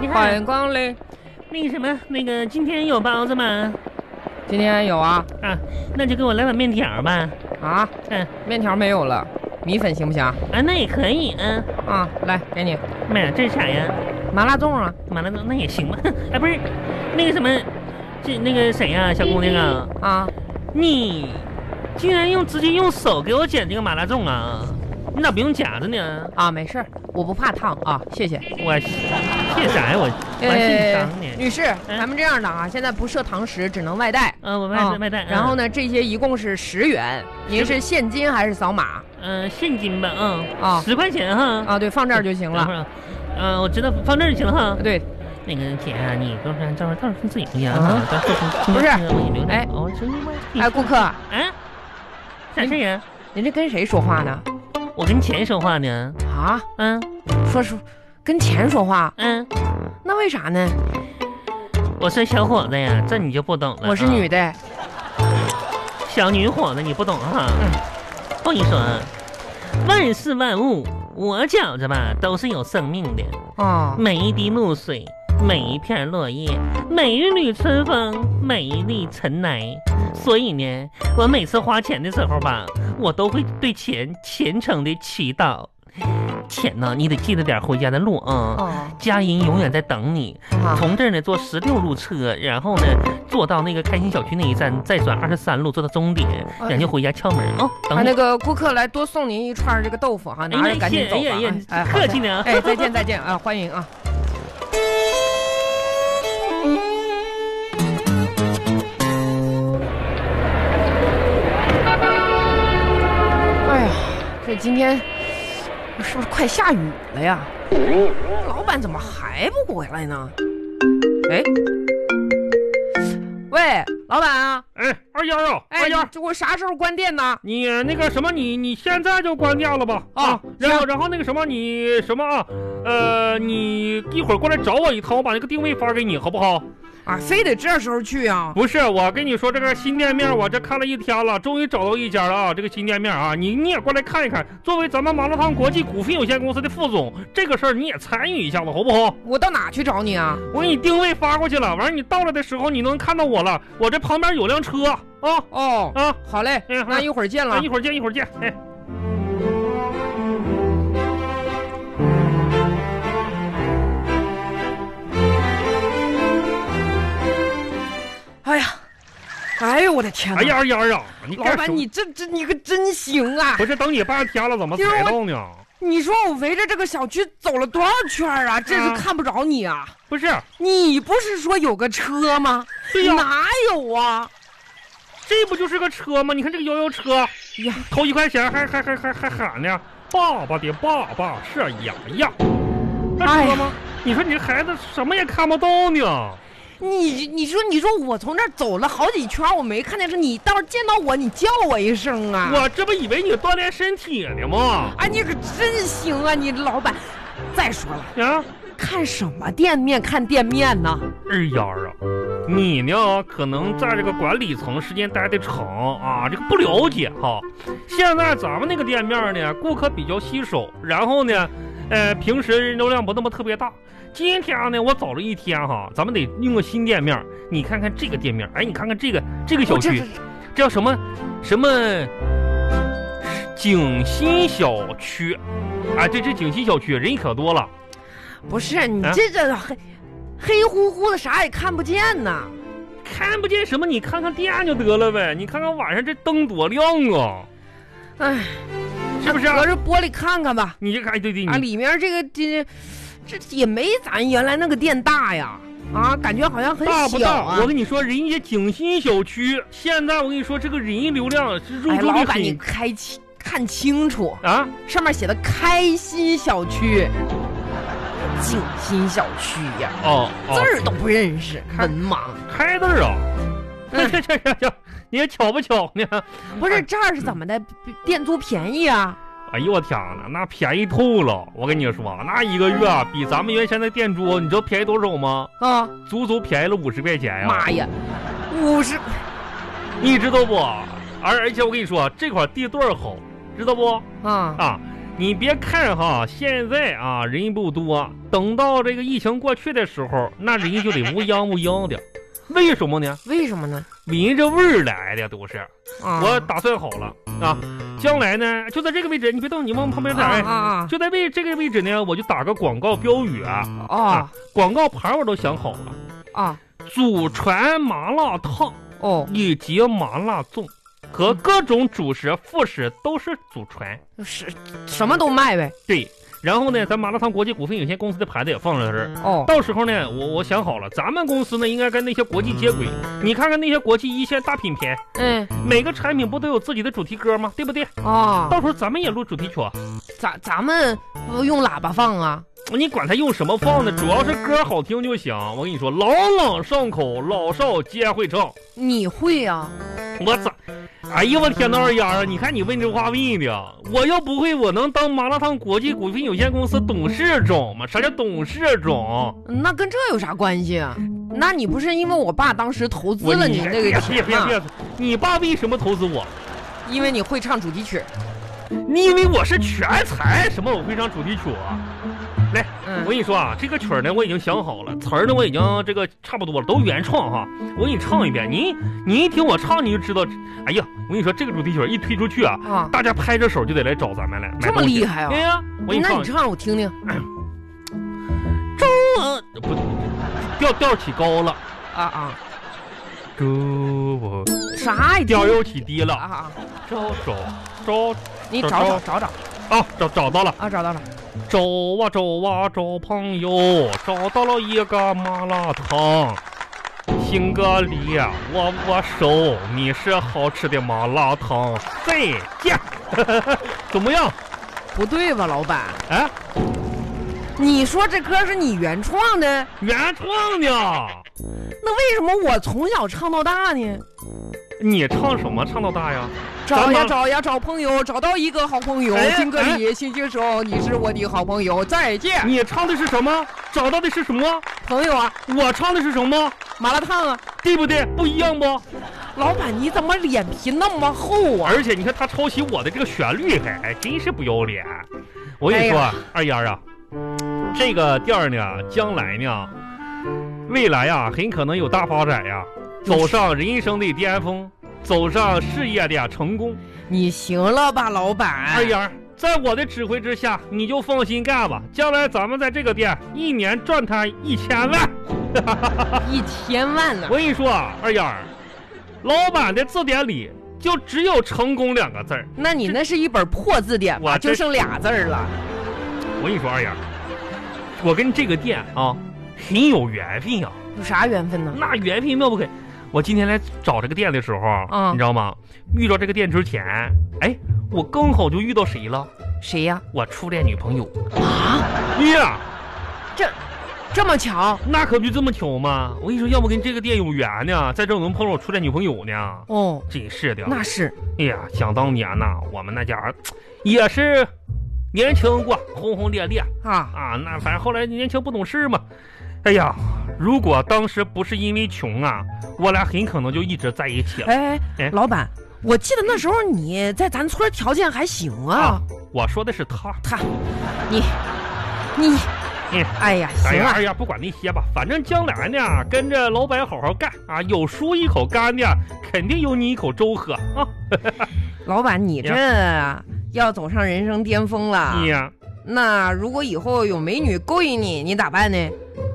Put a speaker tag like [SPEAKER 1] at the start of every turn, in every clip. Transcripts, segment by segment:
[SPEAKER 1] 你
[SPEAKER 2] 欢
[SPEAKER 1] 看
[SPEAKER 2] 迎光临。
[SPEAKER 1] 那个什么，那个今天有包子吗？
[SPEAKER 2] 今天有啊
[SPEAKER 1] 啊，那就给我来碗面条吧。
[SPEAKER 2] 啊，
[SPEAKER 1] 嗯、
[SPEAKER 2] 面条没有了，米粉行不行？
[SPEAKER 1] 啊，那也可以啊。
[SPEAKER 2] 啊，来给你
[SPEAKER 1] 妈呀，这是啥呀？
[SPEAKER 2] 麻辣粽啊
[SPEAKER 1] 麻辣那也 行吧？哎，不是，那个什么，这那个谁呀、小姑娘啊，
[SPEAKER 2] 啊！
[SPEAKER 1] 你居然用直接用手给我剪这个麻辣粽啊？你咋不用夹子呢？
[SPEAKER 2] 啊，没事儿，我不怕烫啊，谢谢。
[SPEAKER 1] 我这啥呀？我哎我还姓张呢。
[SPEAKER 2] 呃女士，咱们这样的啊，现在不设堂食，只能外带。
[SPEAKER 1] 嗯，我
[SPEAKER 2] 啊
[SPEAKER 1] 哎外外带。
[SPEAKER 2] 然后？呢，这些一共是十元，您是现金还是扫码
[SPEAKER 1] 嗯，现金吧，嗯，
[SPEAKER 2] 啊
[SPEAKER 1] 十块钱哈。
[SPEAKER 2] 啊？对，放这儿就行
[SPEAKER 1] 等会儿
[SPEAKER 2] 了。
[SPEAKER 1] 啊，嗯，我知道，放这儿就行了哈。
[SPEAKER 2] 对，
[SPEAKER 1] 那个姐啊，你多少到时候到时候自己回家
[SPEAKER 2] 啊
[SPEAKER 1] 啊，到时候
[SPEAKER 2] 不是
[SPEAKER 1] 我也没有
[SPEAKER 2] 哎
[SPEAKER 1] 哦，真的吗？
[SPEAKER 2] 哎，顾客，
[SPEAKER 1] 哎，咋事呀？
[SPEAKER 2] 您这跟谁说话呢？
[SPEAKER 1] 我跟钱说话呢，
[SPEAKER 2] 啊，
[SPEAKER 1] 嗯
[SPEAKER 2] 说说跟钱说话，
[SPEAKER 1] 嗯，
[SPEAKER 2] 那为啥呢？
[SPEAKER 1] 我说小伙子呀，这你就不懂了。
[SPEAKER 2] 我是女
[SPEAKER 1] 啊
[SPEAKER 2] 的，
[SPEAKER 1] 小女伙子，你不懂哈。
[SPEAKER 2] 嗯
[SPEAKER 1] 我跟你说啊，万事万物，我觉着吧，都是有生命的。
[SPEAKER 2] 哦，
[SPEAKER 1] 每一滴露水，每一片落叶，每一缕春风，每一粒尘埃。所以呢，我每次花钱的时候吧，我都会对钱虔诚的祈祷。钱呢，你得记着点回家的路啊。
[SPEAKER 2] 哦，
[SPEAKER 1] 家人永远在等你。
[SPEAKER 2] 啊，
[SPEAKER 1] 从这儿呢坐十六路车，然后呢坐到那个开心小区那一站，再转二十三路坐到终点，
[SPEAKER 2] 哎
[SPEAKER 1] 咱就回家敲门啊、
[SPEAKER 2] 啊
[SPEAKER 1] 等你
[SPEAKER 2] 那。个顾客来多送您一串儿这个豆腐哈，拿
[SPEAKER 1] 哎
[SPEAKER 2] 着
[SPEAKER 1] 呀
[SPEAKER 2] 赶紧
[SPEAKER 1] 谢
[SPEAKER 2] 走吧
[SPEAKER 1] 哎呀哎呀
[SPEAKER 2] 啊。哎，好
[SPEAKER 1] 客
[SPEAKER 2] 的
[SPEAKER 1] 气呢
[SPEAKER 2] 哎，再见再见啊，欢迎啊。哎呀，这今天是不是快下雨了呀？老板怎么还不回来呢？哎，喂，老板啊，
[SPEAKER 3] 哎，二丫啊，
[SPEAKER 2] 哎，
[SPEAKER 3] 二
[SPEAKER 2] 你
[SPEAKER 3] 丫，
[SPEAKER 2] 这我啥时候关店呢？
[SPEAKER 3] 你那个什么，你你现在就关掉了吧？
[SPEAKER 2] 啊
[SPEAKER 3] 然后
[SPEAKER 2] 行
[SPEAKER 3] 然后那个什么，你什么啊？呃，你一会儿过来找我一趟，我把那个定位发给你，好不好？
[SPEAKER 2] 啊，
[SPEAKER 3] 嗯
[SPEAKER 2] 非得这时候去啊？
[SPEAKER 3] 不是，我跟你说，这个新店面我这看了一天了，终于找到一家了啊！这个新店面啊，你你也过来看一看。作为咱们麻辣烫国际股份有限公司的副总，这个事儿你也参与一下子，好不好？
[SPEAKER 2] 我到哪去找你啊？
[SPEAKER 3] 我给你定位发过去了，完了你到了的时候你能看到我了。我这旁边有辆车啊
[SPEAKER 2] 哦，
[SPEAKER 3] 啊，
[SPEAKER 2] 好嘞，
[SPEAKER 3] 嗯好
[SPEAKER 2] 那一会儿见了
[SPEAKER 3] 哎一。会儿见，一会儿见，哎。
[SPEAKER 2] 哎呀，哎呦我的天哪！
[SPEAKER 3] 哎呀，二丫啊，你
[SPEAKER 2] 老
[SPEAKER 3] 干什
[SPEAKER 2] 板
[SPEAKER 3] 么
[SPEAKER 2] 你这这你可真行啊！
[SPEAKER 3] 不是等你半天了，怎么
[SPEAKER 2] 就是
[SPEAKER 3] 才
[SPEAKER 2] 我
[SPEAKER 3] 到呢？
[SPEAKER 2] 你说我围着这个小区走了多少圈啊？真
[SPEAKER 3] 啊
[SPEAKER 2] 是看不着你啊！
[SPEAKER 3] 不是，
[SPEAKER 2] 你不是说有个车吗？
[SPEAKER 3] 对呀
[SPEAKER 2] 哪有啊？
[SPEAKER 3] 这不就是个车吗？你看这个摇摇车，
[SPEAKER 2] 哎呀，
[SPEAKER 3] 投一块钱还还还还还喊呢，爸爸的爸爸是牙牙，那
[SPEAKER 2] 哎
[SPEAKER 3] 车
[SPEAKER 2] 呀啊
[SPEAKER 3] 吗？你说你这孩子什么也看不到呢？
[SPEAKER 2] 你你说你说我从这儿走了好几圈，我没看见车，你倒是见到我，你叫我一声啊！
[SPEAKER 3] 我这不以为你锻炼身体呢吗？
[SPEAKER 2] 哎，你可真行啊，你老板。再说了，
[SPEAKER 3] 啊，
[SPEAKER 2] 看什么店面看店面呢？
[SPEAKER 3] 二丫啊，你呢可能在这个管理层时间待的长啊，这个不了解哈。现在咱们那个店面呢，顾客比较稀少，然后呢，呃，平时人流量不那么特别大。今天呢，我找了一天哈，咱们得用个新店面。你看看这个店面，哎，你看看这个这个
[SPEAKER 2] 哦
[SPEAKER 3] 小
[SPEAKER 2] 我这
[SPEAKER 3] 区，这叫什么什么景新小区？哎，对，这景新小区人可多了。
[SPEAKER 2] 不是你
[SPEAKER 3] 啊
[SPEAKER 2] 这这黑、黑乎乎的，啥也看不见呐。
[SPEAKER 3] 看不见什么，你看看店就得了呗。你看看晚上这灯多亮啊，
[SPEAKER 2] 哎，
[SPEAKER 3] 是不是啊？
[SPEAKER 2] 隔着玻璃看看吧。
[SPEAKER 3] 你这个哎，对对，
[SPEAKER 2] 啊，
[SPEAKER 3] 你
[SPEAKER 2] 里面这个这这也没咱原来那个店大呀，啊，感觉好像很
[SPEAKER 3] 大不
[SPEAKER 2] 小
[SPEAKER 3] 大？
[SPEAKER 2] 啊
[SPEAKER 3] 我。跟你说，人家景新小区现在我跟你说，这个人流量是入
[SPEAKER 2] 哎，
[SPEAKER 3] 住
[SPEAKER 2] 老
[SPEAKER 3] 率
[SPEAKER 2] 板，你
[SPEAKER 3] 很
[SPEAKER 2] 开清看清楚，
[SPEAKER 3] 啊，
[SPEAKER 2] 上面写的开心小区，景新小区呀，
[SPEAKER 3] 哦
[SPEAKER 2] 字
[SPEAKER 3] 哦，
[SPEAKER 2] 儿都不认识，
[SPEAKER 3] 看
[SPEAKER 2] 文盲。
[SPEAKER 3] 开字儿啊，这
[SPEAKER 2] 嗯
[SPEAKER 3] 这这这， 你也巧不巧呢？
[SPEAKER 2] 不是这儿是怎么的？店租便宜啊？
[SPEAKER 3] 哎呦我天哪，那便宜透了！我跟你说，那一个月啊比咱们原先的店租，你知道便宜多少吗？
[SPEAKER 2] 啊，
[SPEAKER 3] 足足便宜了五十块钱呀！
[SPEAKER 2] 妈呀，五十
[SPEAKER 3] 你知道不？而而且我跟你说，这块地段儿好，知道不？
[SPEAKER 2] 啊
[SPEAKER 3] 啊，你别看哈，现在啊人不多，等到这个疫情过去的时候，那人就得乌泱乌泱的。为什么呢？
[SPEAKER 2] 为什么呢？
[SPEAKER 3] 闻着味儿来的都是。
[SPEAKER 2] 啊
[SPEAKER 3] 我打算好了啊，将来呢就在这个位置，你别动，你往旁边
[SPEAKER 2] 啊
[SPEAKER 3] 抬。
[SPEAKER 2] 啊
[SPEAKER 3] 就在位这个位置呢，我就打个广告标语啊，
[SPEAKER 2] 啊
[SPEAKER 3] 广告牌我都想好了，
[SPEAKER 2] 啊
[SPEAKER 3] 祖传麻辣烫
[SPEAKER 2] 哦，
[SPEAKER 3] 以及麻辣粽和各种主食、副食都是祖传。
[SPEAKER 2] 是什么都卖呗。
[SPEAKER 3] 对，然后呢，咱麻辣烫国际股份有限公司的牌子也放在这儿。
[SPEAKER 2] 哦
[SPEAKER 3] 到时候呢，我我想好了，咱们公司呢应该跟那些国际接轨。你看看那些国际一线大品牌，
[SPEAKER 2] 嗯
[SPEAKER 3] 每个产品不都有自己的主题歌吗？对不对？
[SPEAKER 2] 啊，
[SPEAKER 3] 到时候咱们也录主题曲啊，
[SPEAKER 2] 咱咱们不用喇叭放啊。
[SPEAKER 3] 你管他用什么放呢？主要是歌好听就行。我跟你说，朗朗上口，老少皆会唱。
[SPEAKER 2] 你会啊？
[SPEAKER 3] 我咋？哎呀，我天呐，二丫啊！你看你问这话问的，我要不会，我能当麻辣烫国际股份有限公司董事长吗？啥叫董事长？
[SPEAKER 2] 那跟这有啥关系啊？那你不是因为我爸当时投资
[SPEAKER 3] 我
[SPEAKER 2] 了你那个
[SPEAKER 3] 别别
[SPEAKER 2] 钱
[SPEAKER 3] 别
[SPEAKER 2] 吗？
[SPEAKER 3] 别！你爸为什么投资我？
[SPEAKER 2] 因为你会唱主题曲。
[SPEAKER 3] 你以为我是全才？什么我会唱主题曲啊？来，
[SPEAKER 2] 嗯
[SPEAKER 3] 我跟你说啊，这个曲儿呢我已经想好了，词儿呢我已经这个差不多了，都原创哈。我给你唱一遍，你你一听我唱你就知道。哎呀，我跟你说，这个主题曲一推出去啊，
[SPEAKER 2] 啊，
[SPEAKER 3] 大家拍着手就得来找咱们来买
[SPEAKER 2] 这么
[SPEAKER 3] 东西
[SPEAKER 2] 厉害啊
[SPEAKER 3] 哎呀，我给你
[SPEAKER 2] 那
[SPEAKER 3] 唱
[SPEAKER 2] 你，唱我听听
[SPEAKER 3] 呃不调调起高了，
[SPEAKER 2] 啊啊，
[SPEAKER 3] 歌我
[SPEAKER 2] 啥呀？
[SPEAKER 3] 调又起低
[SPEAKER 2] 啊
[SPEAKER 3] 了，
[SPEAKER 2] 啊，
[SPEAKER 3] 找找找
[SPEAKER 2] 你找找找找
[SPEAKER 3] 啊找找到了。
[SPEAKER 2] 啊，找到了。
[SPEAKER 3] 找啊找啊找朋友，找到了一个麻辣烫。行个礼，握握手，你是好吃的麻辣烫，再见。 怎么样？
[SPEAKER 2] 不对吧，老板？
[SPEAKER 3] 哎，
[SPEAKER 2] 你说这歌是你原创的，
[SPEAKER 3] 原创的，啊
[SPEAKER 2] 那为什么我从小唱到大呢？
[SPEAKER 3] 你唱什么唱到大呀？
[SPEAKER 2] 找呀
[SPEAKER 3] 咱们
[SPEAKER 2] 找呀找朋友，找到一个好朋友，
[SPEAKER 3] 哎
[SPEAKER 2] 敬个礼，心牵手，你是我的好朋友，再见，
[SPEAKER 3] 你唱的是什么？找到的是什么？
[SPEAKER 2] 朋友啊，
[SPEAKER 3] 我唱的是什么？
[SPEAKER 2] 麻辣烫啊！
[SPEAKER 3] 对不对？不一样不？
[SPEAKER 2] 老板，你怎么脸皮那么厚啊？
[SPEAKER 3] 而且你看他抄袭我的这个旋律还，真是不要脸。我跟你说，啊，二丫啊，这个店儿呢，将来呢，未来呀，很可能有大发展呀，走上人生的巅峰，走上事业的呀成功。
[SPEAKER 2] 你行了吧，老
[SPEAKER 3] 二
[SPEAKER 2] 板？
[SPEAKER 3] 丫，在我的指挥之下，你就放心干吧。将来咱们在这个店儿一年赚他一千万。
[SPEAKER 2] 一千万呢
[SPEAKER 3] 我！跟你说啊，二丫，老板的字典里就只有成功两个字儿。
[SPEAKER 2] 那你那是一本破字典吧？
[SPEAKER 3] 我
[SPEAKER 2] 就
[SPEAKER 3] 这
[SPEAKER 2] 剩俩字儿了。
[SPEAKER 3] 我跟你说，二丫，我跟这个店啊很有缘分呀、
[SPEAKER 2] 有啥缘分呢？
[SPEAKER 3] 那缘分妙不可。我今天来找这个店的时候，啊
[SPEAKER 2] 嗯
[SPEAKER 3] 你知道吗？遇到这个店之前，哎，我刚好就遇到谁了？
[SPEAKER 2] 谁呀？
[SPEAKER 3] 我初恋女朋友。哎
[SPEAKER 2] 啊，
[SPEAKER 3] 呀，
[SPEAKER 2] 这么巧？
[SPEAKER 3] 那可不就这么巧吗？我跟你说，要不跟这个店有缘呢，在这儿能碰上我初恋女朋友呢，
[SPEAKER 2] 哦，
[SPEAKER 3] 真是的。
[SPEAKER 2] 那是
[SPEAKER 3] 哎呀，想当年呐、我们那家儿也是年轻过，轰轰烈烈。
[SPEAKER 2] 啊，
[SPEAKER 3] 啊，那反正后来年轻不懂事嘛。哎呀，如果当时不是因为穷啊，我俩很可能就一直在一起了。
[SPEAKER 2] 哎哎
[SPEAKER 3] 哎，
[SPEAKER 2] 老板，我记得那时候你在咱村儿条件还行啊
[SPEAKER 3] 啊。我说的是他。
[SPEAKER 2] 他，你，你
[SPEAKER 3] 嗯，
[SPEAKER 2] 哎呀，
[SPEAKER 3] 哎
[SPEAKER 2] 行
[SPEAKER 3] 呀哎
[SPEAKER 2] 啊，
[SPEAKER 3] 呀，不管那些吧，反正将来呢，跟着老板好好干啊，有叔一口干的，肯定有你一口粥喝啊。
[SPEAKER 2] 老板，你这
[SPEAKER 3] 嗯
[SPEAKER 2] 要走上人生巅峰了。
[SPEAKER 3] 你呀、
[SPEAKER 2] 那如果以后有美女勾引你，你咋办呢？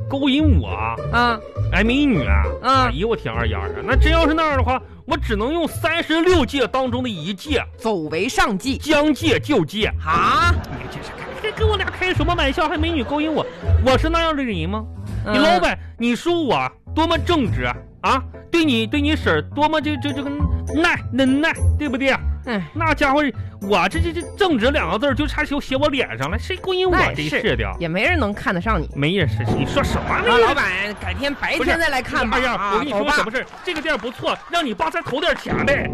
[SPEAKER 3] 勾引我，
[SPEAKER 2] 啊
[SPEAKER 3] 哎，美女啊！哎
[SPEAKER 2] 啊，
[SPEAKER 3] 呦我天，二丫啊，那真要是那样的话，我只能用三十六计当中的一计，
[SPEAKER 2] 走为上计
[SPEAKER 3] 将计就计。
[SPEAKER 2] 啊！
[SPEAKER 3] 你这是开跟我俩开什么玩笑？还美女勾引我，我是那样的人吗？你
[SPEAKER 2] 嗯
[SPEAKER 3] 老板，你说我多么正直啊？对你对你婶儿多么这这这个耐能耐，对不对？
[SPEAKER 2] 嗯，
[SPEAKER 3] 那家伙，我这这这正直两个字儿就差就写我脸上了，谁勾引我
[SPEAKER 2] 那？也
[SPEAKER 3] 真
[SPEAKER 2] 是
[SPEAKER 3] 是的，
[SPEAKER 2] 也没人能看得上你。
[SPEAKER 3] 没人是你说什么
[SPEAKER 2] 啊，
[SPEAKER 3] 呢？
[SPEAKER 2] 老板，改天白
[SPEAKER 3] 不是
[SPEAKER 2] 天再来看吧。
[SPEAKER 3] 哎呀，
[SPEAKER 2] 啊
[SPEAKER 3] 我跟你
[SPEAKER 2] 走
[SPEAKER 3] 说
[SPEAKER 2] 吧
[SPEAKER 3] 什么事儿？这个店不错，让你爸再投点钱呗。